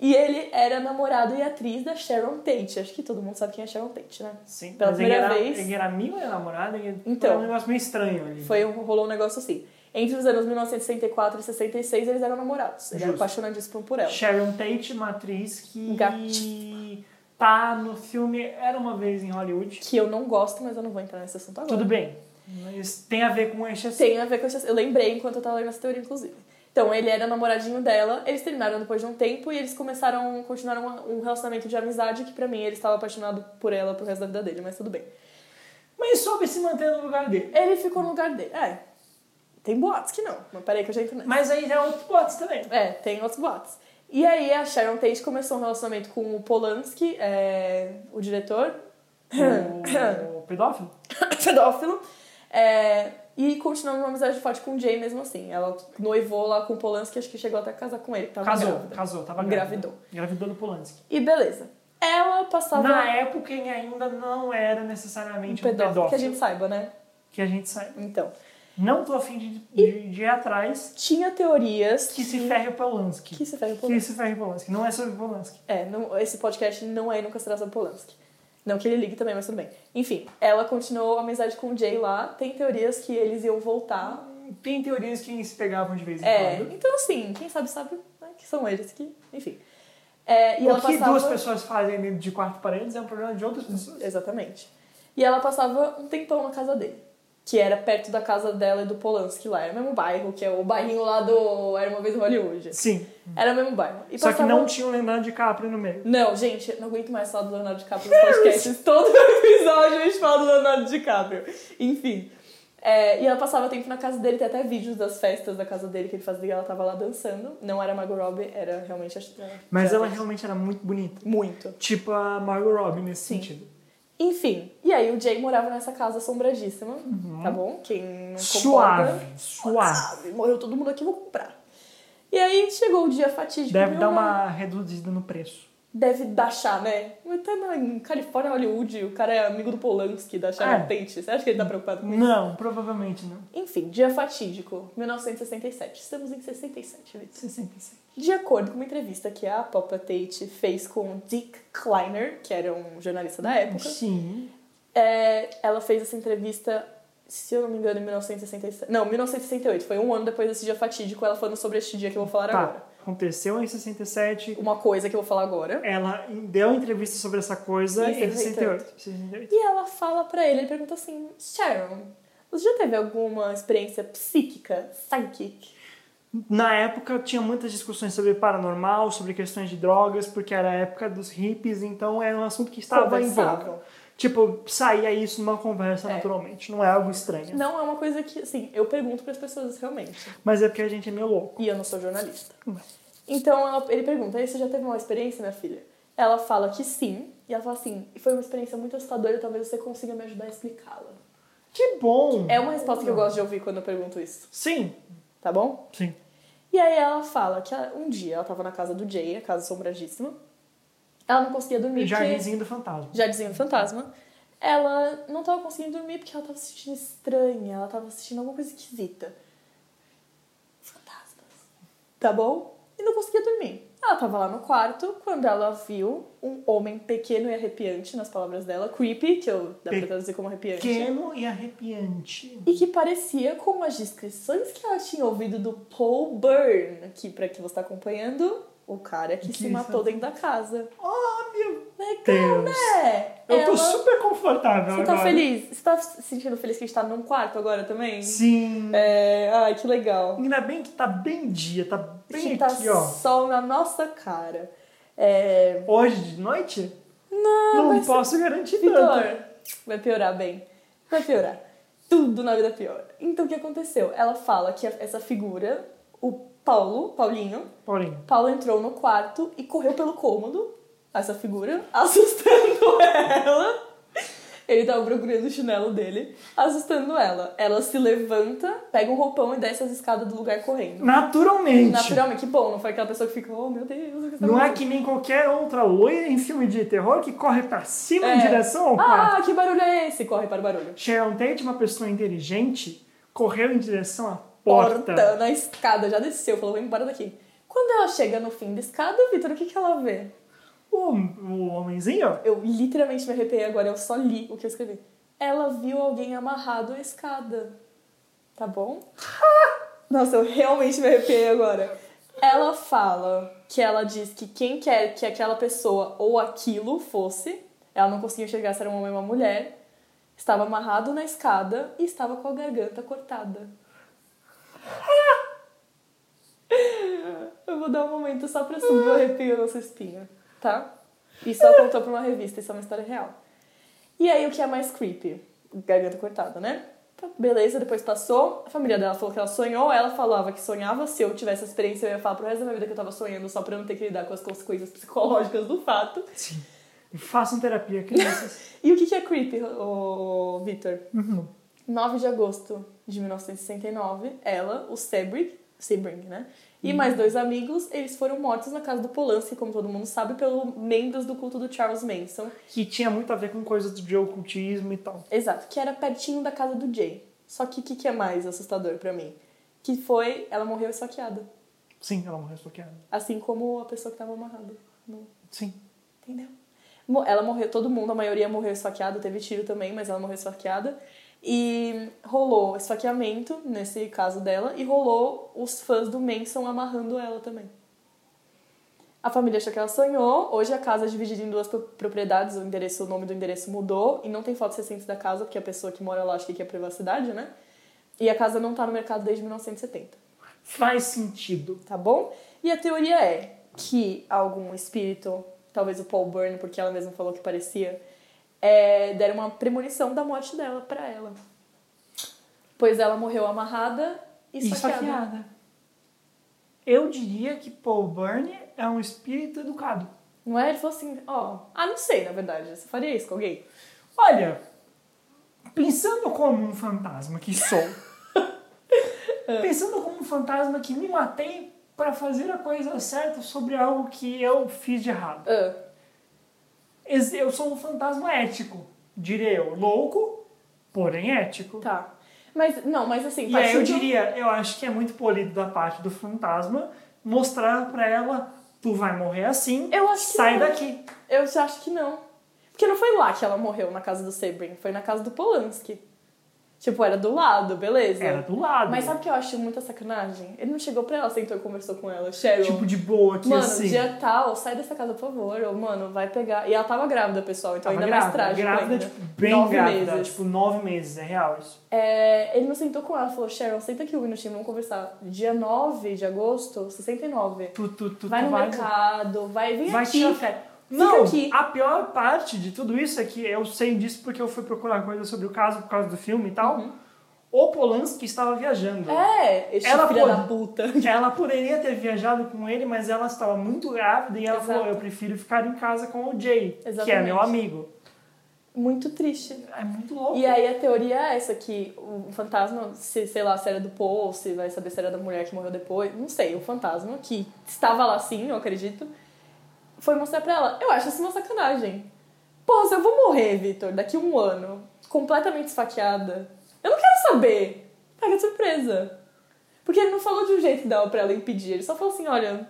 B: E ele era namorado e atriz da Sharon Tate. Acho que todo mundo sabe quem é Sharon Tate, né?
A: Sim,
B: Pela
A: mas
B: primeira
A: ele era,
B: vez.
A: Ele era amigo da namorada e
B: Então.
A: era um negócio meio estranho ali.
B: Foi um, rolou um negócio assim. Entre os anos 1964 e 66, eles eram namorados. Ele era
A: Justo.
B: apaixonadíssimo por ela.
A: Sharon Tate, uma atriz que
B: Gatinho.
A: tá no filme Era Uma Vez em Hollywood.
B: Que eu não gosto, mas eu não vou entrar nesse assunto agora.
A: Tudo bem, mas tem a ver com esse assunto.
B: Tem a ver com esse... Eu lembrei enquanto eu tava lendo essa teoria, inclusive. Então, ele era namoradinho dela, eles terminaram depois de um tempo e eles começaram, continuaram um relacionamento de amizade que pra mim ele estava apaixonado por ela pro resto da vida dele, mas tudo bem.
A: Mas soube se manter no lugar dele.
B: Ele ficou no lugar dele. É, tem boatos que não, mas peraí que eu já entro nessa.
A: Mas aí já é outro bots também.
B: É, tem outros boatos. E aí a Sharon Tate começou um relacionamento com o Polanski, é, o diretor,
A: O pedófilo?
B: pedófilo, é, e continuou uma amizade forte com o Jay mesmo assim. Ela noivou lá com o Polanski, acho que chegou até a casar com ele. que Tava
A: casou,
B: grávida.
A: casou, tava grávida.
B: Engravidou.
A: Engravidou do Polanski.
B: E beleza. Ela passava um
A: Na época ele ainda não era necessariamente um pedófilo.
B: que a gente saiba, né?
A: que a gente sabe.
B: Então,
A: Não tô afim de, de, de ir atrás
B: tinha teorias
A: que se ferre o Polanski.
B: que se ferra o
A: Que
B: Polanski.
A: se ferre o Polanski. Não é sobre o Polanski.
B: É, não- esse podcast não é Nunca Será sobre Polanski. Não que ele ligue também, mas tudo bem. Enfim, ela continuou a amizade com o Jay lá. Tem teorias que eles iam voltar.
A: Tem teorias que se pegavam de vez em
B: É,
A: quando.
B: então assim, quem sabe sabe né, que são eles que... Enfim. É, e
A: o
B: ela
A: que
B: passava...
A: duas pessoas fazem dentro de quatro paredes é um problema de outras pessoas.
B: Exatamente. E ela passava um tempão na casa dele. Que era perto da casa dela e do Polanski lá. Era o mesmo bairro, que é o bairrinho lá do... Era uma vez em Hollywood.
A: Sim.
B: Era o mesmo bairro. E
A: Só que
B: passava-
A: não tinha um Leonardo DiCaprio no meio.
B: Não, gente, eu não aguento mais falar do Leonardo DiCaprio nos podcasts. Todo episódio a gente fala do Leonardo DiCaprio. Enfim. É, e ela passava tempo na casa dele, tem até vídeos das festas da casa dele que ele fazia, ela tava lá dançando. Não era Margot Robbie, era realmente a
A: Mas
B: era
A: ela
B: a-
A: realmente era muito bonita.
B: Muito.
A: Tipo a Margot Robbie nesse
B: Sim.
A: sentido.
B: Enfim, e aí o Jay morava nessa casa assombradíssima, tá bom? Quem não concorda,
A: Uhum. Suave. Suave.
B: sabe, morreu todo mundo aqui, vou comprar. E aí chegou o dia fatídico.
A: Deve
B: meu
A: dar
B: mano.
A: uma reduzida no preço.
B: deve baixar, né? Mas tá na em Califórnia, Hollywood, o cara é amigo do Polanski, da Sharon
A: É.
B: Tate. Você acha que ele tá preocupado com isso?
A: Não, provavelmente não.
B: Enfim, dia fatídico, 1967. Estamos em 67, Vitor.
A: 67.
B: De acordo com uma entrevista que a Papa Tate fez com o Dick Kleiner, que era um jornalista da época,
A: Sim.
B: é, ela fez essa entrevista, se eu não me engano, em 1967. Não, 1968. Foi um ano depois desse dia fatídico, ela falando sobre este dia que eu vou falar
A: Tá.
B: agora.
A: Aconteceu em 67.
B: Uma coisa que eu vou falar agora.
A: Ela deu entrevista sobre essa coisa
B: Em
A: em 68. 68.
B: E ela fala pra ele, ele pergunta assim, Sharon, você já teve alguma experiência psíquica, psychic?
A: Na época tinha muitas discussões sobre paranormal, sobre questões de drogas, porque era a época dos hippies, então era um assunto que estava em
B: Conversável.
A: voga. Tipo, saía isso numa conversa
B: É.
A: naturalmente, não é algo estranho.
B: Não é uma coisa que, assim, eu pergunto pras pessoas realmente.
A: Mas é porque a gente é meio louco.
B: E eu não sou jornalista.
A: Não.
B: Então ela- ele pergunta, "Aí, você já teve uma experiência, minha filha? Ela fala que sim, e ela fala assim, e foi uma experiência muito assustadora, talvez você consiga me ajudar a explicá-la.
A: Que bom!
B: É uma resposta que eu gosto de ouvir quando eu pergunto isso,
A: Sim,
B: tá bom?
A: sim.
B: E aí ela fala que ela- um dia ela tava na casa do Jay, a casa assombradíssima. Ela não conseguia dormir porque...
A: Jardinzinho do Fantasma.
B: Jardinzinho do Fantasma. Ela não tava conseguindo dormir porque ela tava se sentindo estranha, ela tava assistindo alguma coisa esquisita. Fantasmas. Tá bom? E não conseguia dormir. Ela tava lá no quarto quando ela viu um homem pequeno e arrepiante, nas palavras dela, creepy, que eu dá pra
A: Pe-
B: traduzir como arrepiante.
A: Pequeno e arrepiante.
B: E que parecia com as descrições que ela tinha ouvido do Paul Byrne, que pra quem você tá acompanhando, o cara que,
A: Que
B: se matou
A: isso?
B: dentro da casa.
A: Oh, meu
B: Legal,
A: Deus!
B: né?
A: Eu
B: ela...
A: tô super confortável
B: Você
A: agora.
B: tá feliz? Você tá se sentindo feliz que a gente tá num quarto agora também?
A: Hum. Sim.
B: É, ai, que legal.
A: Ainda bem que tá bem dia, tá
B: A
A: bem
B: gente tá
A: aqui, ó.
B: sol na nossa cara. É...
A: Hoje de noite?
B: Não,
A: Não,
B: vai ser
A: posso garantir tanto.
B: Vitor, vai piorar bem. Vai piorar. Tudo na vida piora. Então o que aconteceu? Ela fala que essa figura, o Paulo, Paulinho,
A: Paulinho.
B: Paulo entrou no quarto e correu pelo cômodo, essa figura, assustando ela. Ele tava procurando o chinelo dele, assustando ela. Ela se levanta, pega um roupão e desce as escadas do lugar correndo.
A: Naturalmente.
B: Naturalmente, que bom, não foi aquela pessoa que fica, oh meu Deus, o que está
A: Não é
B: acontecendo?"
A: que nem qualquer outra loira em filme de terror que corre pra cima
B: É.
A: em direção ao quarto.
B: Ah, que barulho é esse? Corre para o barulho.
A: Sharon Tate, uma pessoa inteligente, correu em direção à porta.
B: na escada, já desceu, falou, vou embora daqui. Quando ela chega no fim da escada, Vitor, o que, que ela vê?
A: O, o homenzinho
B: Eu literalmente me arrepiei agora, eu só li o que eu escrevi. Ela viu alguém amarrado à escada. Tá bom? Nossa, eu realmente me arrepiei agora. Ela fala que ela diz que quem quer que aquela pessoa ou aquilo fosse, ela não conseguiu enxergar se era um homem ou uma mulher, estava amarrado na escada e estava com a garganta cortada. Eu vou dar um momento só pra subir o arrepio na sua espinha, tá? Isso ela contou pra uma revista, isso é uma história real. E aí, o que é mais creepy? Garganta cortada, né? Tá, Beleza, depois passou. A família dela falou que ela sonhou. Ela falava que sonhava. Se eu tivesse a experiência, eu ia falar pro resto da minha vida que eu tava sonhando, só pra eu não ter que lidar com as consequências psicológicas do fato.
A: Façam terapia, crianças.
B: E o que que é creepy, ô, Victor?
A: Uhum.
B: 9 de agosto de 1969, ela, o Sebring, Sebring, né? E mais dois amigos, eles foram mortos na casa do Polanski, como todo mundo sabe, pelo membros do culto do Charles Manson.
A: que tinha muito a ver com coisas de ocultismo e tal.
B: Exato, que era pertinho da casa do Jay. Só que o que, que é mais assustador pra mim? Que foi, ela morreu esfaqueada.
A: Sim, ela morreu esfaqueada.
B: Assim como a pessoa que tava amarrada. Não,
A: Sim.
B: entendeu? Mo- Ela morreu, todo mundo, a maioria morreu esfaqueada, teve tiro também, mas ela morreu esfaqueada. E rolou esfaqueamento, nesse caso dela, e rolou os fãs do Manson amarrando ela também. A família achou que ela sonhou. Hoje a casa é dividida em duas pro- propriedades. O endereço, o nome do endereço mudou e não tem fotos recentes da casa porque a pessoa que mora lá acha que quer privacidade, né? E a casa não tá no mercado desde 1970
A: Faz sentido.
B: tá bom? E a teoria é que algum espírito, talvez o Paul Byrne, porque ela mesma falou que parecia, é, deram uma premonição da morte dela pra ela. Pois ela morreu amarrada e esfaqueada.
A: Eu diria que Paul Byrne é um espírito educado.
B: Não é? Ele falou assim, ó... ah, não sei, na verdade. Você faria isso com alguém?
A: Olha, pensando como um fantasma que sou, pensando como um fantasma que me matei para fazer a coisa certa sobre algo que eu fiz de errado.
B: Ah,
A: Ex- Eu sou um fantasma ético, diria eu. Louco, porém ético.
B: tá. Mas, não, mas assim...
A: E aí eu
B: partindo-
A: diria, eu acho que é muito polido da parte do fantasma mostrar pra ela, tu vai morrer assim,
B: Eu acho que
A: sai
B: não.
A: daqui.
B: Eu já acho que não. Porque não foi lá que ela morreu, na casa do Sebring. Foi na casa do Polanski. Tipo, era do lado, beleza?
A: Era do lado.
B: Mas sabe o que eu acho muita sacanagem? Ele não chegou pra ela, sentou e conversou com ela. Sharon,
A: Tipo de boa aqui
B: mano,
A: assim.
B: dia tal, sai dessa casa, por favor. Ou, mano, vai pegar. E ela tava grávida, pessoal, então
A: Tava
B: ainda mais
A: grávida,
B: trágico.
A: grávida,
B: ainda.
A: tipo, bem
B: Nove
A: grávida,
B: meses.
A: tipo, nove meses, é real isso.
B: É, ele não sentou com ela, falou, Sharon, senta aqui um minutinho, vamos conversar. Dia 9 de agosto, 69.
A: Tu, tu, tu,
B: vai
A: tu
B: no mercado, vai, vem
A: vai
B: aqui.
A: tirar fé. Não,
B: aqui.
A: a pior parte de tudo isso é que eu sei disso porque eu fui procurar coisa sobre o caso por causa do filme e tal. O Polanski estava viajando.
B: Uhum. É, este
A: Ela
B: filho
A: pode-
B: da puta.
A: Ela poderia ter viajado com ele, mas ela estava muito grávida e ela
B: Exato.
A: falou: Eu prefiro ficar em casa com o Jay, que é
B: Exatamente.
A: meu amigo.
B: Muito triste.
A: É muito louco.
B: E aí a teoria é essa, que o fantasma, se, sei lá, se era do Paul, se vai saber se era da mulher que morreu depois, não sei, o fantasma, que estava lá sim, eu acredito, foi mostrar pra ela. Eu acho isso uma sacanagem. Porra, se eu vou morrer, Vitor, daqui um ano, completamente esfaqueada, eu não quero saber. Pega de surpresa. Porque ele não falou de um jeito dela pra ela impedir, ele só falou assim, olha,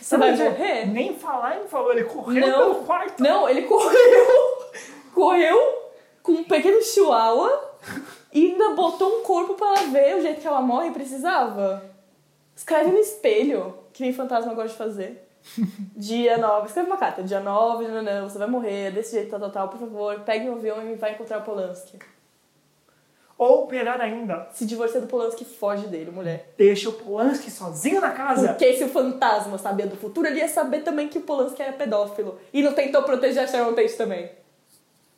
B: você
A: Não,
B: vai
A: ele
B: morrer?
A: Nem falar, ele falou, ele correu
B: Não.
A: pelo quarto.
B: Não, ele correu, correu com um pequeno chihuahua e ainda botou um corpo pra ela ver o jeito que ela morre e precisava. Escreve no espelho, que nem fantasma gosta de fazer. Dia 9, escreve uma carta. Dia 9, não, não, você vai morrer, é desse jeito, tal, tal, tal, por favor, pegue um avião e vai encontrar o Polanski.
A: Ou melhor ainda,
B: Se divorcia do Polanski, foge dele, mulher.
A: deixa o Polanski sozinho na casa.
B: Porque se o fantasma sabia do futuro, ele ia saber também que o Polanski era pedófilo. E não tentou proteger a Sharon Tate também.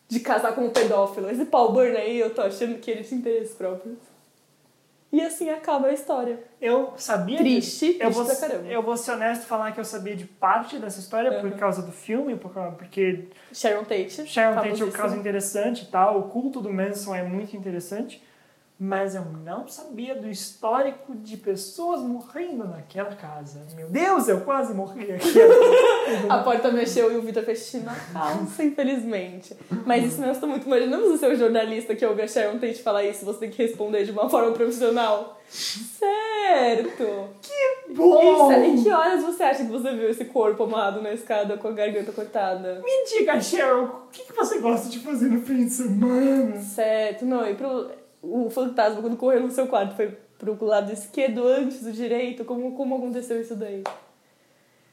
B: De casar com um pedófilo. Esse Paul Byrne aí, eu tô achando que ele tinha interesse próprio. E E assim acaba a história.
A: Eu sabia
B: Triste,
A: de, eu
B: triste
A: vou,
B: pra caramba.
A: Eu vou ser honesto e falar que eu sabia de parte dessa história por
B: Uhum.
A: causa do filme, por causa- porque
B: Sharon
A: Sharon
B: Tate.
A: Tate é um
B: famosíssima.
A: caso interessante e tal, o culto do Manson é muito interessante, mas eu não sabia do histórico de pessoas morrendo naquela casa. Meu Deus, eu quase morri aqui.
B: A porta mexeu e o Vitor fez xixi na calça, infelizmente. Mas isso me assusta muito. Imaginamos o seu jornalista que ouve a Sharon Tate falar isso, você tem que responder de uma forma profissional. Certo!
A: Bom,
B: Isso, em que horas você acha que você viu esse corpo amarrado na escada com a garganta cortada?
A: me diga, Sharon, o que que você gosta de fazer no fim de semana?
B: Certo, não, e pro... o fantasma quando correu no seu quarto foi pro lado esquerdo antes do direito? Como, como aconteceu isso daí?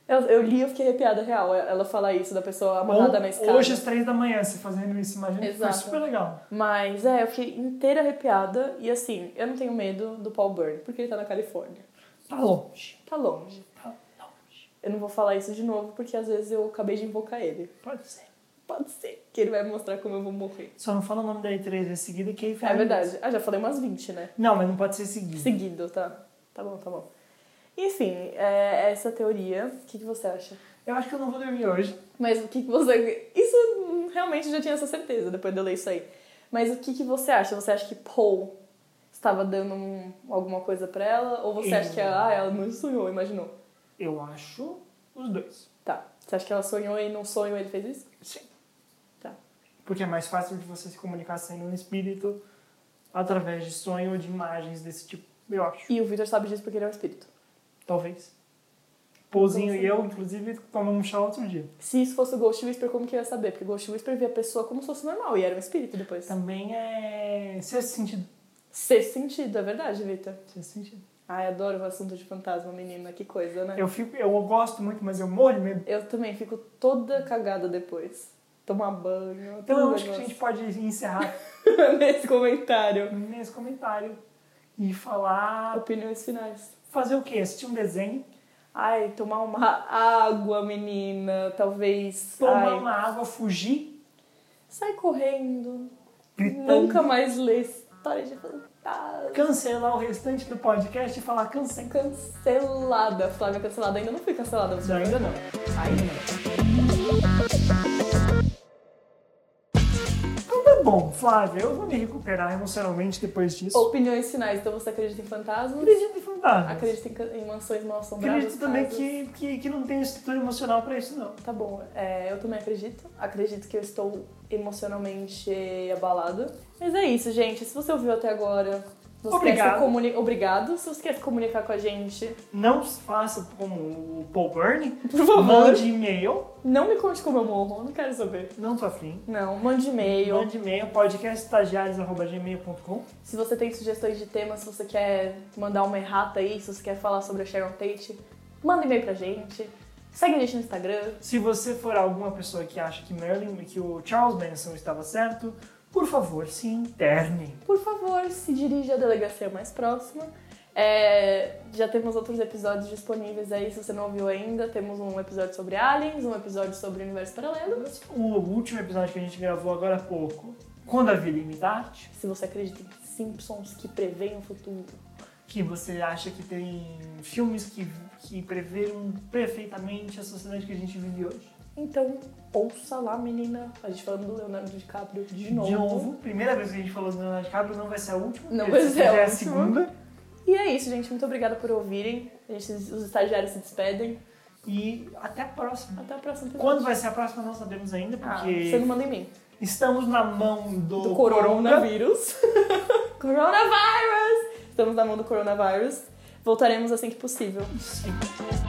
B: Eu, eu li e eu fiquei arrepiada, real, ela falar isso da pessoa amarrada na escada.
A: Hum, hoje às três da manhã, você fazendo isso, imagina, foi
B: Exato.
A: super legal.
B: Mas é, eu fiquei inteira arrepiada e assim, eu não tenho medo do Paul Byrne, porque ele tá na Califórnia.
A: Tá longe,
B: Tá longe.
A: tá longe.
B: Eu não vou falar isso de novo porque às vezes eu acabei de invocar ele.
A: Pode ser.
B: Pode ser que ele vai mostrar como eu vou morrer.
A: Só não fala o nome daí três vezes seguida que aí
B: É verdade. Ah, já falei umas 20, né?
A: Não, mas não pode ser seguido.
B: Seguido, tá? Tá bom, tá bom. Enfim, é essa teoria. O que, que você acha?
A: Eu acho que eu não vou dormir hoje.
B: Mas o que, que você. Isso hum, realmente eu já tinha essa certeza depois de eu ler isso aí. Mas o que, que você acha? Você acha que Paul estava dando um- alguma coisa pra ela? Ou você
A: Eu-
B: acha que ela, ah, ela não sonhou, imaginou?
A: Eu acho os dois.
B: Tá. Você acha que ela sonhou e num sonho ele fez isso?
A: Sim.
B: Tá.
A: Porque é mais fácil de você se comunicar sendo um espírito através de sonho ou de imagens desse tipo, eu acho.
B: E o Victor sabe disso porque ele é um espírito.
A: Talvez. Pouzinho
B: Como
A: e eu, inclusive, tomamos chá outro dia.
B: Se isso fosse o Ghost Whisper, como que eu ia saber? Porque o Ghost Whisper via a pessoa como se fosse normal e era um espírito depois.
A: Também é. Sexto sentido.
B: Sexto sentido, é verdade, Victor.
A: Sexto sentido.
B: Ai, adoro o assunto de fantasma, menina, que coisa, né?
A: Eu, fico, eu gosto muito, mas eu morro de medo.
B: Eu também fico toda cagada depois. Tomar banho,
A: Então
B: todo
A: eu acho que a
B: negócio.
A: gente pode encerrar
B: nesse comentário.
A: nesse comentário e falar.
B: Opiniões finais.
A: Fazer o quê? Assistir um desenho,
B: Ai, tomar uma água, menina, talvez.
A: tomar
B: Ai,
A: uma água, fugir,
B: Sai correndo.
A: gritando.
B: Nunca mais lê história de fantasma.
A: cancelar o restante do podcast e falar cancela.
B: Cancelada, Flávia cancelada. Ainda não fui cancelada, você
A: Ainda não.
B: Ainda não.
A: Então tá bom, Flávia, eu vou me recuperar emocionalmente depois
B: Oh.
A: disso.
B: Opiniões finais. Então você acredita em fantasmas?
A: Acredito em fantasmas.
B: Acredita em can- em mansões mal assombradas?
A: Acredito também
B: casas?
A: que, que, que não tem estrutura emocional pra isso, não.
B: Tá bom, é, eu também acredito. Acredito que eu estou emocionalmente abalada. Mas é isso, gente. Se você ouviu até agora, se você
A: Obrigado.
B: quer se comuni... obrigado. Se você quer se comunicar com a gente,
A: Não faça como o Paul Burney.
B: por favor,
A: Mande e-mail.
B: não me conte como eu morro, eu não quero saber.
A: Não tô afim.
B: Não, mande e-mail.
A: Mande e-mail, podcastestagiários.gmail.com.
B: Se você tem sugestões de temas, se você quer mandar uma errata aí, se você quer falar sobre a Sharon Tate, manda e-mail pra gente. Segue a gente no Instagram.
A: Se você for alguma pessoa que acha que Marilyn, que o Charles Manson estava certo, por favor, se interne.
B: Por favor, se dirija à delegacia mais próxima. É, já temos outros episódios disponíveis aí, se você não ouviu ainda. Temos um episódio sobre aliens, um episódio sobre universo paralelo.
A: O último episódio que a gente gravou agora há pouco, quando a vida imita a arte,
B: Se você acredita em Simpsons que preveem o futuro.
A: que você acha que tem filmes que, que preveram perfeitamente a sociedade que a gente vive hoje.
B: Então, ouça lá, menina. A gente falando do Leonardo DiCaprio de novo.
A: primeira vez que a gente falou do Leonardo DiCaprio, não vai ser a última.
B: Não
A: porque
B: vai ser a
A: já é
B: última.
A: segunda.
B: E é isso, gente. Muito obrigada por ouvirem. A gente- os estagiários se despedem.
A: E até a próxima.
B: Até a próxima episódio.
A: Quando vai ser a próxima, não sabemos ainda,
B: Ah, você não
A: porque
B: manda em mim.
A: estamos na mão do,
B: do coronavírus. coronavírus! Estamos na mão do coronavírus. Voltaremos assim que possível.
A: Sim.